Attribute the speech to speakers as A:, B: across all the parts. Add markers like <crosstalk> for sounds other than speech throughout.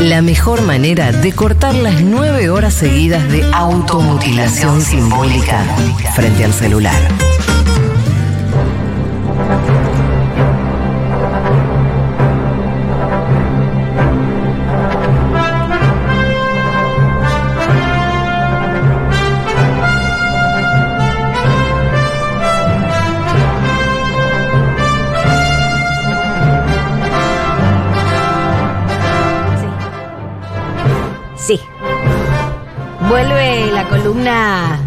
A: la mejor manera de cortar las nueve horas seguidas de automutilación simbólica frente al celular.
B: Sí. Vuelve la columna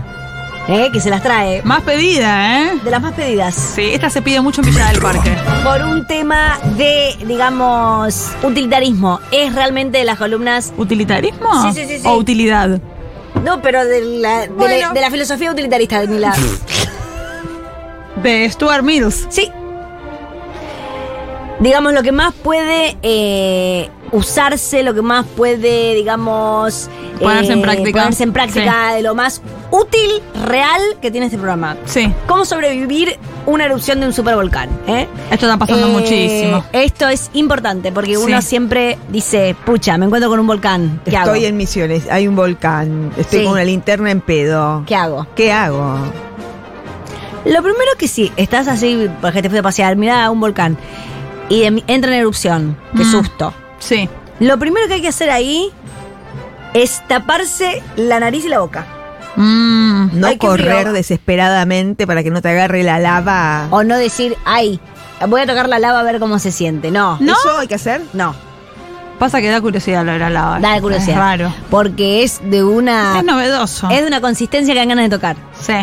B: eh, que se las trae.
C: Más pedida, ¿eh?
B: De las más pedidas.
C: Sí, esta se pide mucho en Villa del Parque.
B: Por un tema de, digamos, utilitarismo. Es realmente de las columnas.
C: ¿Utilitarismo?
B: Sí, sí, sí, sí.
C: ¿O utilidad?
B: No, pero de la, de la-
C: Bueno. Mm.
B: de la filosofía utilitarista de Milán.
C: De Stuart Mills.
B: Sí. Digamos, lo que más puede eh, usarse, lo que más puede, digamos. eh,
C: Ponerse en práctica.
B: Ponerse en práctica de lo más útil, real que tiene este programa.
C: Sí.
B: ¿Cómo sobrevivir una erupción de un supervolcán? eh?
C: Esto está pasando
B: Eh,
C: muchísimo.
B: Esto es importante porque uno
C: Sí.
B: siempre dice, pucha, me encuentro con un volcán. ¿Qué hago?
D: Estoy en misiones, hay un volcán, estoy
B: Sí.
D: con una linterna en pedo.
B: ¿Qué hago?
D: ¿Qué hago?
B: Lo primero que sí, estás así, porque te fuiste a pasear, mira un volcán y em- entra en erupción. Qué
C: Mm.
B: susto.
C: Sí.
B: Lo primero que hay que hacer ahí es taparse la nariz y la boca.
C: Mm.
D: No
B: Ay, qué
D: correr
B: frío.
D: desesperadamente para que no te agarre la lava.
B: O no decir, ay, voy a tocar la lava a ver cómo se siente. No,
C: ¿No?
D: ¿Eso hay que hacer?
B: no,
C: Pasa que da curiosidad lo de la lava.
B: da curiosidad.
C: Ah, Es raro.
B: Porque es de una...
C: Es novedoso.
B: Es de una consistencia que dan ganas de tocar.
C: Sí.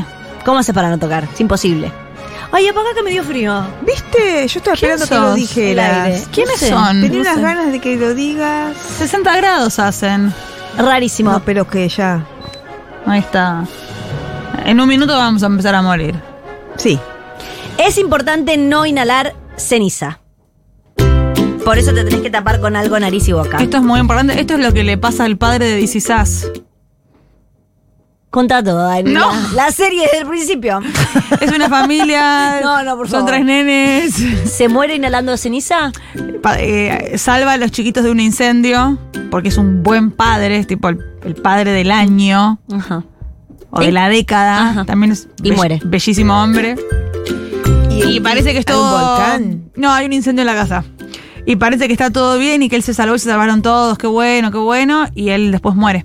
B: ¿Cómo haces para no tocar? Es imposible. Ay, apaga que me dio frío.
D: ¿Viste? Yo estaba
C: ¿Quién
D: esperando que lo
C: sos?
B: El aire.
D: dijeras.
C: ¿Quiénes
B: No sé.
C: son?
D: Tenía
B: No
D: unas
B: sé.
D: ganas de que lo digas.
C: 60 grados hacen.
B: Rarísimo.
D: No, pero que ya.
C: Ahí está. En un minuto vamos a empezar a morir.
D: Sí.
B: Es importante no inhalar ceniza. Por eso te tenés que tapar con algo nariz y boca.
C: Esto es muy importante. Esto es lo que le pasa al padre de
B: <laughs>
C: Dizzy Sass.
B: Contá todo, Dani.
C: No.
B: La, la serie desde el principio.
C: Es una familia.
B: No, no, por
C: Son
B: favor.
C: tres nenes.
B: ¿Se muere inhalando ceniza?
C: pa- eh, salva a los chiquitos de un incendio, porque es un buen padre, es tipo el, el padre del año
B: Ajá.
C: o
B: Sí.
C: de la década.
B: Ajá.
C: También es
B: Y muere.
C: bellísimo hombre. Y parece que es
D: ¿Hay un
C: todo.
D: volcán?
C: No, hay un incendio en la casa. Y parece que está todo bien y que él se salvó y se salvaron todos. Qué bueno, qué bueno. Y él después muere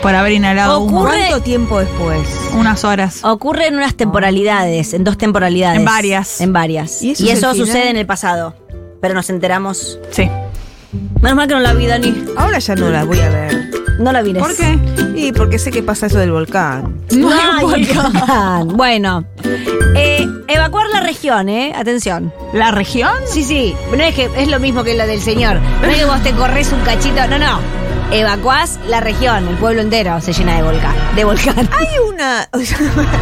C: por haber inhalado humo.
B: Ocurre- Oh.
D: ¿Cuánto tiempo después?
C: unas horas.
B: Ocurre en unas temporalidades, en dos temporalidades.
C: En varias.
B: En varias. Y eso,
D: ¿Y eso es el final?
B: sucede en el pasado. Pero nos enteramos.
C: Sí.
B: Menos mal que no la vi, Dani.
D: Ahora ya no la voy a ver.
B: No la vi.
C: ¿Por qué?
D: Y porque sé que pasa eso del volcán.
C: No
B: No
C: hay un
B: hay
C: volcán.
B: volcán. <laughs> Bueno, eh, evacuar la región, ¿eh? Atención.
C: ¿La región?
B: Sí, sí. No es que es lo mismo que lo del señor. No es que vos te corres un cachito. No, no. Evacuás la región, el pueblo entero se llena de volcán. De volcán.
D: Hay una. <laughs>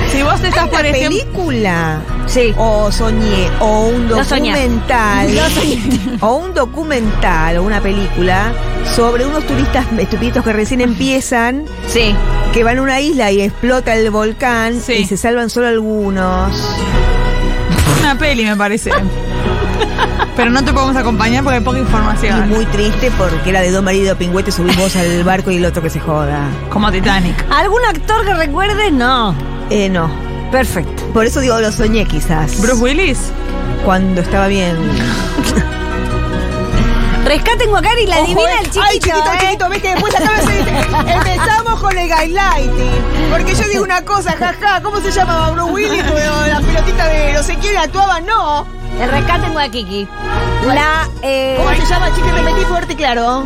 C: Si vos
D: Hay
C: estás,
D: una
C: por ejemplo.
D: película.
B: Sí.
D: O soñé, o un
B: No soñás.
D: documental.
B: <laughs> No soñé.
D: o un documental o una película sobre unos turistas estupiditos que recién empiezan,
B: Sí.
D: que van a una isla y explota el volcán
C: Sí.
D: y se salvan solo algunos.
C: Una peli, me parece. Pero no te podemos acompañar porque hay poca
D: Y
C: información.
D: muy triste porque era de dos maridos pingüetes, subís vos al barco y el otro que se joda.
C: Como Titanic.
B: ¿Algún actor que recuerdes? No.
D: Eh, no.
B: Perfecto.
D: Por eso digo, lo soñé quizás.
C: Bruce Willis.
D: Cuando estaba bien.
B: Rescate en Huacán y la
D: Ojo,
B: adivina
D: eh.
B: el chiquito.
D: Ay, chiquito,
B: ¿eh?
D: chiquito, ves que después acá me <laughs> dice, empezamos con el gaslighting. Porque yo digo una cosa, jaja, ¿cómo se llamaba Bruce Willis? Pero La pelotita de no sé quién actuaba, no.
B: El rescate en Huaquiqui. La eh,
D: ¿Cómo se llama, chiqui? Repetí fuerte y claro.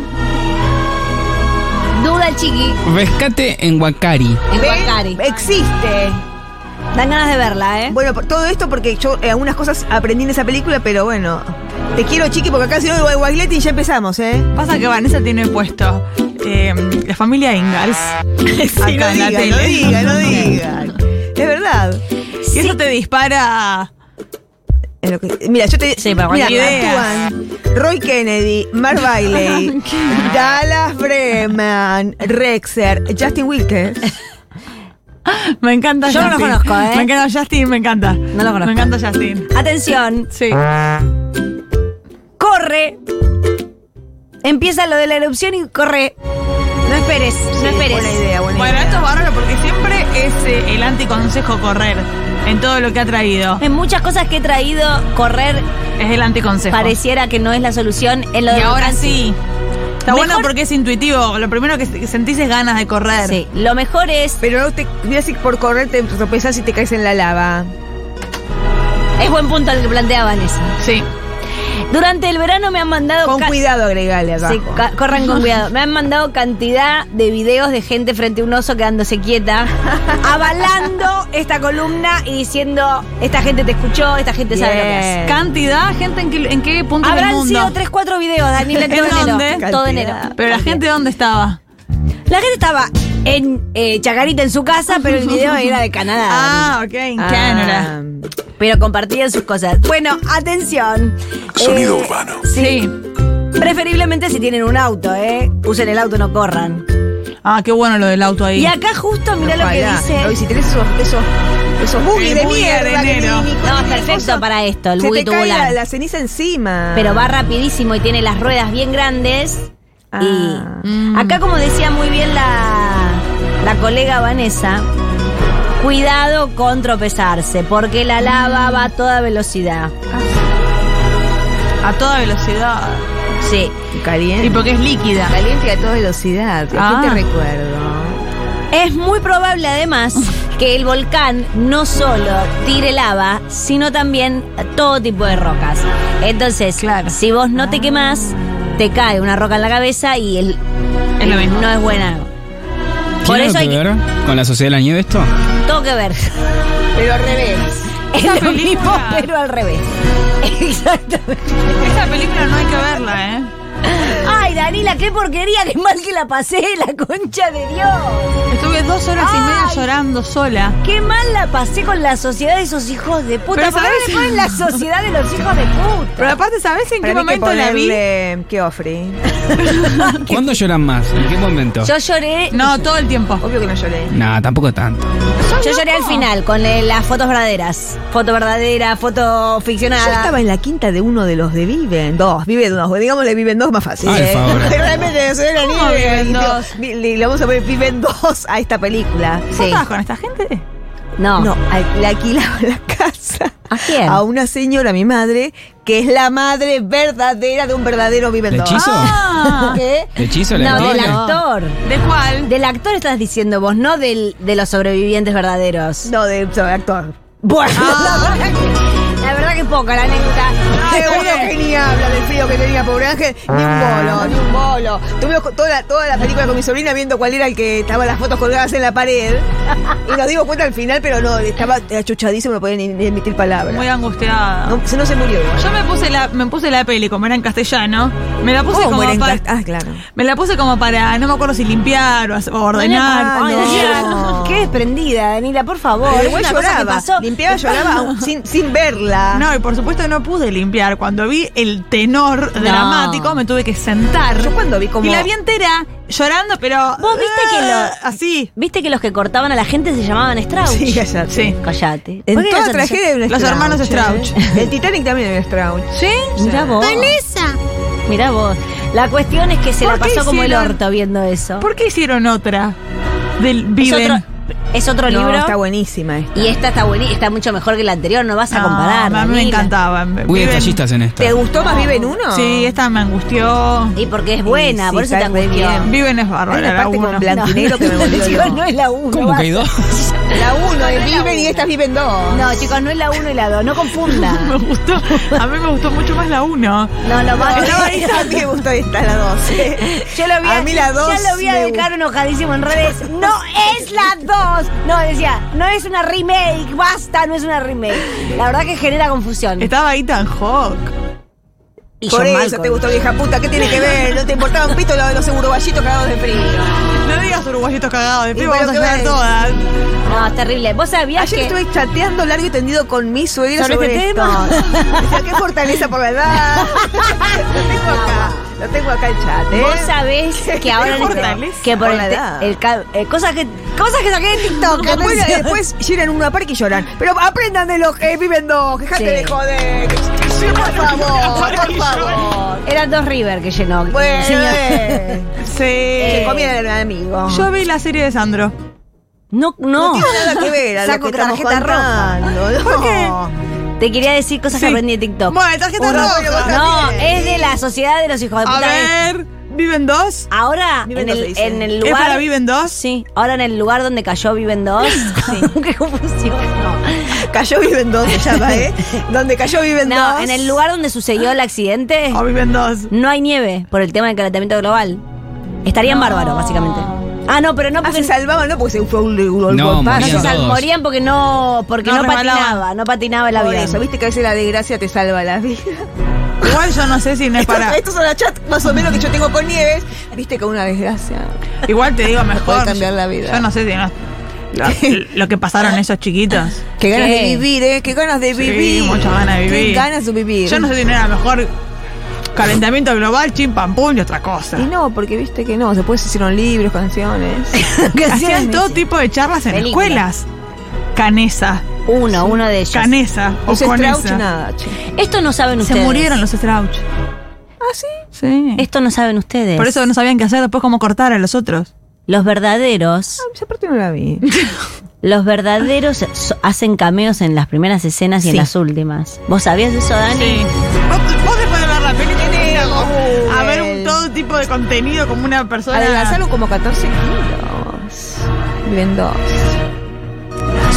B: duda el chiqui
E: Rescate en Huacari.
B: en
D: ¿Ves?
B: Huacari.
D: Existe.
B: Dan ganas de verla, ¿eh?
D: ¿Eh? Bueno, por todo esto porque yo eh, algunas cosas aprendí en esa película, pero bueno. Te quiero, chiqui, porque acá si no, el gaslighting ya empezamos, ¿eh?
C: Pasa que Vanessa tiene puesto eh, la
B: <laughs>
C: familia Ingalls acá
D: Sí, no
C: en la
D: digan,
C: tele.
D: no digan, no digan. Es verdad.
C: Y eso te dispara.
D: Es lo que- mira, yo te
B: Sí, para
D: mira,
C: ideas.
D: actúan Roy Kennedy, Mark
B: <laughs>
D: Bailey, Dallas Breman, Rexer,
B: <laughs>
D: Justin Wilkes.
C: Me encanta
B: Yo no lo
C: Justin.
B: conozco, ¿eh?
C: Me encanta Justin, me encanta. No
B: lo conozco.
C: Me encanta
D: <laughs>
C: Justin.
B: Atención,
C: Sí.
B: corre empieza lo de la erupción y corre. No esperes, no esperes.
D: Buena idea, buena
C: Bueno,
D: idea.
C: esto es bárbaro porque siempre es eh, el anticonsejo correr en todo lo que ha traído.
B: En muchas cosas que he traído, correr
C: Es el anticonsejo.
B: pareciera que no es la solución. En lo
C: y
B: del
C: ahora
B: alcance.
C: sí. Está
B: Mejor-
C: bueno porque es intuitivo. Lo primero que que sentís es ganas de correr.
B: Sí, lo mejor es.
D: Pero no te mira si por correr te tropezás y te caes en la lava.
B: Es buen punto el que plantea Vanessa.
C: Sí.
B: Durante el verano me han mandado.
D: Con
B: ca-
D: cuidado agregale abajo.
B: Sí, ca- corran con cuidado. Me han mandado cantidad de videos de gente frente a un oso quedándose
C: <laughs>
B: quieta, avalando esta columna y diciendo: Esta gente te escuchó, esta gente sabe lo que hace.
D: Bien.
C: Cantidad, gente, ¿en qué, en qué punto del
B: Eh. Habrán
C: mundo?
B: sido 3, 4 videos,
C: <laughs>
B: Daniela, todo
C: ¿En
B: enero.
C: dónde?
B: Todo
D: Cantidad.
B: enero.
C: Pero la gente, ¿dónde estaba?
B: La gente estaba en eh, Chacarita en su casa, pero el
C: <laughs>
B: video era de Canadá.
C: Ah, ok, en
D: Ah,
C: Canadá.
B: Pero compartían sus cosas. Bueno, atención.
F: Sonido
B: Eh,
F: urbano.
C: Sí.
B: Preferiblemente si tienen un auto, ¿eh? Usen el auto, no corran.
C: Ah, qué bueno lo del auto ahí.
B: Y acá justo, mira lo que
D: Ojalá.
B: dice.
D: Hoy si tenés esos, esos, esos buggy
C: El
D: de
C: buggy de
D: mierda. que
C: enero.
D: tienen,
B: No,
D: hijo de
B: es
D: mil
B: perfecto
D: cosas,
B: para esto, el
D: se
B: buggy
D: te cae
B: tubular.
D: la, la ceniza encima.
B: Pero va rapidísimo y tiene las ruedas bien grandes.
D: Ah.
B: Y acá, como decía muy bien la, la colega Vanessa, cuidado con tropezarse, porque la lava va a toda velocidad.
C: A toda velocidad.
B: Sí.
D: Caliente.
C: Y porque es líquida.
B: Ah.
D: Caliente y a toda velocidad.
C: Ah.
D: Aquí te recuerdo.
B: Es muy probable además que el volcán no solo tire lava, sino también todo tipo de rocas. Entonces,
C: Claro.
B: si vos no te quemás, te cae una roca en la cabeza y el,
C: Es lo mismo.
B: no es buena. Por
E: ¿Tiene algo
B: eso hay
E: que
B: que,
E: ver con la sociedad de la
A: <laughs>
E: nieve esto?
B: todo que ver.
D: Pero al revés.
B: Es
C: Esta
B: lo mismo,
C: película-
B: pero al revés. Exactamente.
C: Esa película no hay que verla, ¿eh?
B: Ay, Danila, qué porquería, qué mal que la pasé, la concha de Dios.
C: Estuve dos horas y media
B: Ay.
C: llorando sola.
B: Qué mal la pasé con la sociedad de esos hijos de puta.
C: Pero
B: ¿Por qué
C: ¿sabes?
B: me ponen la sociedad de los hijos de puta?
C: Pero aparte, ¿sabés en qué
D: Para mí que
C: momento la vi?
D: ponerle- ¿Qué ofre?
E: ¿Cuándo lloran más? ¿En qué momento?
B: Yo lloré.
C: No, todo el tiempo.
D: Obvio que no lloré.
E: No, tampoco tanto.
B: Yo lloré al final con eh, las fotos verdaderas. Foto verdadera, foto ficcionada.
D: Yo estaba en la quinta de uno de los de Viven. Dos, Viven dos. Digamos, le Viven dos más fácil.
E: Ay,
D: ¿eh?
E: favor.
D: Pero <laughs> realmente de ser la
C: ¿Cómo
D: nieve,
C: Viven
D: digo,
C: dos?
D: vi- Le, le vamos a poner Viven dos a esta película.
C: ¿Vos
B: Sí.
C: estabas con esta gente?
B: No. <laughs>
D: No, al- le alquilaba la casa.
B: ¿A quién?
D: A una señora, mi madre, que es la madre verdadera de un verdadero Viven
E: ¿De
D: dos.
E: hechizo?
C: Ah,
B: ¿Qué?
E: ¿De hechizo? ¿La
B: No, del
E: novela?
B: actor.
C: ¿De cuál?
B: Del actor estás diciendo vos, no del, de los sobrevivientes verdaderos.
D: No, de, de actor.
B: Bueno, la, verdad que, la verdad que poca la anécdota.
D: Seguro que ni habla del frío que tenía, pobre Ángel. Ni un
C: Ah.
D: bolo, ni un bolo. Estuvimos co- toda la, toda la película con mi sobrina viendo cuál era el que estaba las fotos colgadas en la pared. Y nos dimos cuenta al final, pero no, estaba achuchadísimo, no podía ni, ni emitir palabras.
C: Muy angustiada.
D: No, se, no se murió igual.
C: Yo me puse la, me puse la peli, como era en castellano. Me la puse
D: ¿Cómo
C: como
D: mueren
C: para.
D: cast- Ah, claro.
C: Me la puse como para, no me acuerdo si limpiar o, hacer- o ordenar.
B: Ay,
D: no.
B: Daniela, Qué desprendida, Danila, por favor.
D: Pero
B: Es
D: igual
B: una cosa que
D: lloraba.
B: pasó.
D: Limpiaba, lloraba aún sin, sin verla.
C: No, y por supuesto no pude limpiar. Cuando vi el tenor
B: No.
C: dramático, me tuve que sentar.
D: Yo cuando vi como-
C: Y la vi entera, llorando, pero. ah,
B: Vos viste que lo-
C: Así.
B: ¿Viste que los que cortaban a la gente se llamaban Strauss?
D: Sí, cállate.
C: Sí.
B: Cállate.
D: En
B: ¿Por qué
D: toda
B: cállate?
D: tragedia hay un
C: Los hermanos Strauch.
D: ¿eh? El Titanic también era un Strauch.
C: ¿Sí?
B: Mirá vos. Mirá vos. La cuestión es que se
C: ¿Por
B: la
C: qué
B: pasó como el
C: hicieron?
B: orto viendo eso.
C: ¿Por qué hicieron otra? Del
B: es
C: Viven.
B: otro, es otro
D: No,
B: libro.
D: está buenísima esta.
B: y esta está buenísima, está mucho mejor que la anterior, no vas a
C: No,
B: comparar.
C: Ah, A mí me
B: Daniela.
C: encantaba.
E: Muy
C: Viven-
E: detallistas en esto.
D: ¿Te gustó más Viven uno?
C: Sí, esta me angustió.
B: Y porque es buena,
D: Sí,
B: por
D: sí,
B: eso te
D: está re
B: angustió.
D: bien.
C: Viven es
D: Hay
C: bárbara.
D: una
C: la
D: parte
C: uno.
D: con blanco y negro que me volvió
B: Chicos,
D: loco.
B: no es la 1.
E: ¿Cómo que hay dos?
C: este
D: La
C: <laughs>
D: uno es
B: es la
D: Viven y
B: uno.
D: estas Viven dos.
B: No, chicos, no es la 1 y la 2, no
C: <laughs> Me
D: <laughs>
B: confundan.
C: gustó. A mí me gustó mucho más la 1.
B: No, no,
D: <laughs>
B: vamos.
D: Estaba ahí, a ¿eh? ti te gustó esta, la 12.
B: Yo lo vi
D: a mí la dos
B: Ya lo vi
D: me
B: a Caro enojadísimo en redes. No es la 2. No, decía, no es una remake. Basta, no es una remake. La verdad que genera confusión.
C: Estaba ahí tan Hawk.
B: Y
D: Por
B: John
D: eso
B: Malkovich.
D: te gustó vieja puta, ¿qué tiene que ver? No te importaba un pito lo de los segurovallitos cagados de frío.
C: No digas uruguayitos cagados de
D: Y
C: frío,
D: bueno,
C: vamos a llorar
D: ¿qué ves?
C: todas.
B: No, es terrible. ¿Vos sabías
D: Ayer
B: que
D: estuve chateando largo y tendido con mi suegra
B: ¿Sobre
D: sobre,
B: este
D: esto.
B: tema?
D: <laughs> Decía, qué fortaleza por la
B: <laughs>
D: edad. Lo tengo acá, lo tengo acá el chat, ¿eh?
B: vos
D: <laughs>
B: sabés que ahora en este-
C: fortaleza.
B: que por
D: Por
B: el,
D: la
B: te-
D: edad.
B: el ca- eh, cosas que cosas que saqué de TikTok.
D: Después,
B: atención.
D: después llegan un parque y lloran. Pero aprendan de los que viven dos, dejate
B: Sí.
D: de joder. que- que Sí, por favor, por favor.
B: Eran dos River que llenó.
D: Bueno,
B: señor.
D: eh, se
C: Sí.
D: comían al amigo.
C: Yo vi la serie de Sandro.
B: No,
D: no
B: no.
D: tiene nada que ver a lo
B: Saco
D: que estamos
B: tarjeta roja.
D: contando, no.
B: ¿Por Te quería decir cosas que
C: Sí.
B: aprendí de TikTok.
C: Bueno, tarjeta
D: Uno,
C: roja.
D: dos,
B: no,
D: también.
B: es de la sociedad de los hijos de
C: A
B: puta.
C: ver, ¿viven dos?
B: Ahora, en
D: Viven dos, se
B: el,
D: dice.
B: en el
C: ¿Es
B: lugar.
C: para Viven dos?
B: Sí. Ahora en el lugar donde cayó Viven dos. Sí. <laughs> Qué confusión. No.
D: Cayó viven dos, se llama, ¿eh? Donde cayó viven
B: No,
D: dos.
B: en el lugar donde sucedió el accidente
C: ¿O viven dos?
B: no hay nieve por el tema del calentamiento global. Estarían bárbaros, básicamente. Ah, no, pero no
D: Ah,
B: porque
D: se salvaban, ¿no? Porque se fue un, un
E: No,
D: golpazo.
B: no se
E: Morían
B: sal-
E: todos.
B: morían porque no, porque
C: No
B: no,
C: resbalaban.
B: patinaba, no patinaba el
D: Por
B: avión.
D: eso, viste que a veces la desgracia te salva la vida.
C: Igual yo no sé si no es
D: <laughs> Estos,
C: para.
D: estos son las chats más o menos que yo tengo con Nieves. Viste que una desgracia.
C: Igual te digo mejor.
D: puede cambiar la vida.
C: Yo no sé si no. Lo, lo que pasaron esos chiquitos.
D: Qué ganas
B: ¿Qué?
D: de vivir, ¿eh? Qué ganas de
C: Sí,
D: <laughs> vivir.
C: muchas ganas de
D: Qué
C: vivir.
D: ganas de vivir.
C: Yo no sé si no era mejor calentamiento global, chim pam pum y otra cosa.
D: Y no, porque viste que no. Después se hicieron
C: <laughs>
D: libros, canciones.
B: Que
C: Hacían todo tipo de charlas en
B: Película.
C: escuelas. Canesa,
B: Uno, uno de ellos.
C: canesa o
D: No se Strauch
C: conesa.
D: nada, che.
B: Esto no saben
C: Se
B: ustedes. Este
C: murieron los Strauch.
D: Ah, sí.
C: Sí.
B: Esto no saben ustedes.
C: Por eso no sabían qué hacer después cómo cortar a los otros.
B: Los verdaderos,
D: Ah, Esa parte no la vi.
B: los verdaderos so- hacen cameos en las primeras escenas y en
D: Sí.
B: las últimas. ¿Vos sabías eso, Dani?
C: Vos, vos después de ver la peli tenías como a ver
D: Google.
C: un todo tipo de contenido como una persona.
D: Adelgazaron como 14 kilos. Viven dos.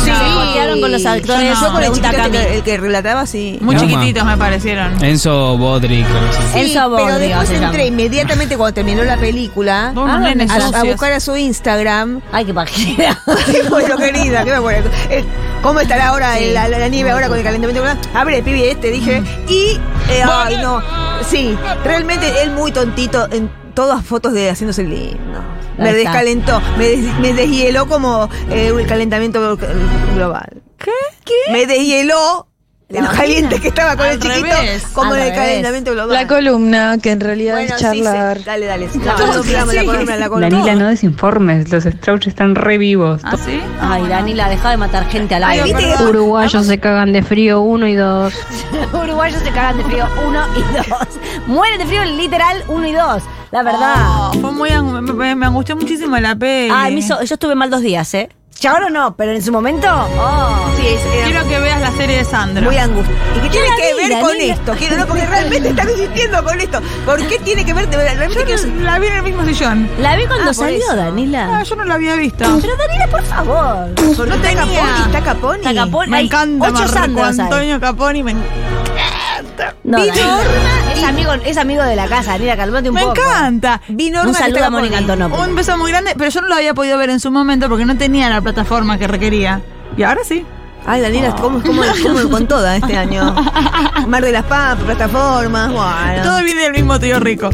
B: Sí. Se voltearon con los actores.
C: no.
D: Yo con
B: me
D: el
B: gusta
D: chiquito
B: Cami.
D: que- el que relataba, sí.
C: Muy
E: No, ma.
C: chiquititos me parecieron.
E: Eh. Enzo Bodrick. algo así.
D: Sí,
B: Enzo Bodio
D: pero después
B: se
D: entré
B: llama.
D: inmediatamente cuando terminó la película
C: Vos, unos nenes
D: a, a
C: sucios.
D: buscar a su Instagram.
B: Ay, qué
C: <laughs>
B: pajera.
D: <laughs> bueno, querida, ¿qué me acuerdo? Eh, ¿Cómo estará ahora el- la, la- la nieve ahora con el calentamiento global? A ver, el pibe este, dije. Y, eh, ay, no. Sí, realmente él muy tontito en todas fotos de haciéndose el lindo. Me
B: Ahí está.
D: descalentó, me, des- me deshieló como eh, el calentamiento glo- global.
C: ¿Qué?
D: Me deshieló
B: La
D: lo
B: vagina.
D: caliente que estaba con
C: Al
D: el chiquito,
C: revés.
D: como
B: Al
D: en el
B: revés.
D: calentamiento global.
F: La columna, que en realidad es charlar.
D: Sí, sí. Dale, dale. La columna, la columna, la columna.
G: Danila, no desinformes, los Strauch están re vivos.
C: ¿Ah, sí?
B: Ay, Dani, la deja de matar gente al
D: Ay,
B: aire.
D: ¿viste?
G: Uruguayos se cagan de frío uno y dos.
B: <laughs> Uruguayos se cagan de frío uno y dos. Mueren de frío literal uno y dos. La verdad.
C: Oh, fue muy ang- me, me- me angustió muchísimo la peli.
B: Ay, me hizo- yo estuve mal dos días, ¿eh? Ya ahora no, pero en su momento. Oh.
D: Sí, es- era
C: Quiero que veas la serie de Sandro.
D: muy angustia. ¿Y qué tiene
B: la
D: que
B: vida,
D: ver con
B: niña?
D: esto? Quiero, no, porque realmente están insistiendo con esto. ¿Por qué tiene que ver? De verdad, Realmente quiero saber.
C: La vi en el mismo sillón.
B: La vi cuando
D: Ah, por
B: salió,
D: eso.
C: Ah,
B: Danila.
C: yo no la había visto.
B: Pero Danila, por favor.
D: No está
B: tenía.
D: Caponi, está Caponi.
B: Está Caponi.
C: Me
B: Hay
C: encanta
B: ocho
C: Marco
B: Sandros hay.
C: Antonio Caponi. Me,
B: No,
D: Vi
B: Danila,
D: Norma
B: es, amigo, es amigo de la casa, Danila, calmate un
C: me
B: poco.
C: encanta.
D: Vi Norma
B: Un
D: que está
B: saludo a
D: Caponi.
B: Mónica Antonopoulos.
C: Un beso muy grande, pero yo no lo había podido ver en su momento porque no tenía la plataforma que requería. Y ahora sí.
D: Ay, Daniela, ¿cómo, cómo, cómo con toda este año? Mar de las Pampas, plataformas, bueno.
C: Todo viene del mismo tío rico.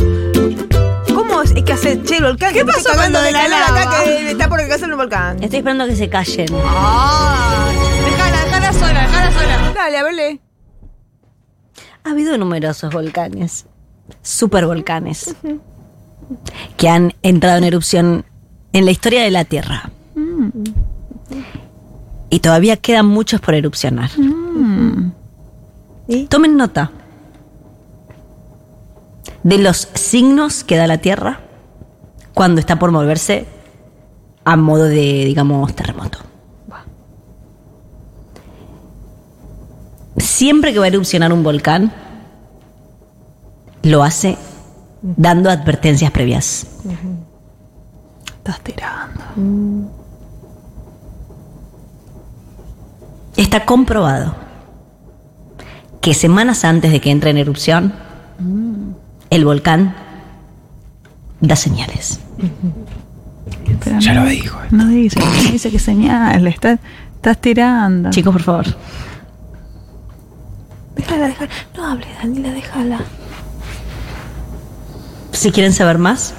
D: ¿Cómo es que hace chelo el volcán?
C: ¿Qué
D: que me
C: pasó
D: estoy cagando
C: con lo de la
D: calor acá
C: lava?
D: que está por alcanzar el volcán?
B: Estoy esperando que se callen.
C: Dejala, dejala sola, dejala sola.
D: Dale, a verle.
B: Ha habido numerosos volcanes, supervolcanes, que han entrado en erupción en la historia de la Tierra. Y todavía quedan muchos por erupcionar.
D: ¿Y?
B: Tomen nota de los signos que da la Tierra cuando está por moverse a modo de, digamos, terremoto. Siempre que va a erupcionar un volcán, lo hace dando advertencias previas.
C: Estás tirando.
B: Está comprobado que semanas antes de que entre en erupción, el volcán da señales.
C: Pero
E: Ya
C: no,
E: lo dijo.
C: No dice, no dice que señale. Estás, estás tirando.
B: Chicos, por favor.
D: Déjala, déjala. No hable, Daniela, déjala.
B: Si quieren saber más,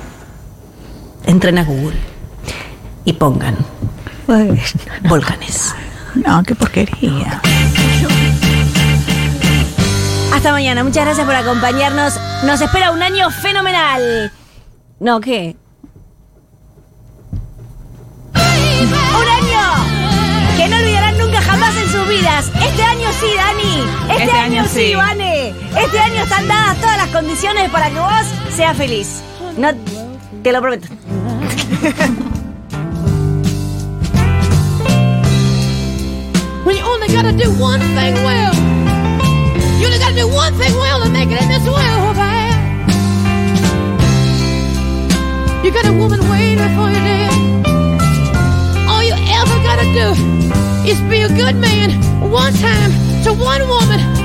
B: entren a Google y pongan volcanes.
C: No, qué porquería.
B: Hasta mañana. Muchas gracias por acompañarnos. Nos espera un año fenomenal. No, ¿qué? ¡Un año! ¡Que no olvidarán nunca jamás! pasa en sus vidas. Este año sí, Dani. Este,
C: Este
B: año,
C: año
B: sí,
C: sí.
B: Vane. Este año están dadas todas las condiciones para que vos seas feliz. No, te lo prometo.
H: When you only gotta do one thing well, you only gotta do one thing well to make it in this world, babe. You got a woman waiting for you there. All you ever gotta do is be a good man one time to one woman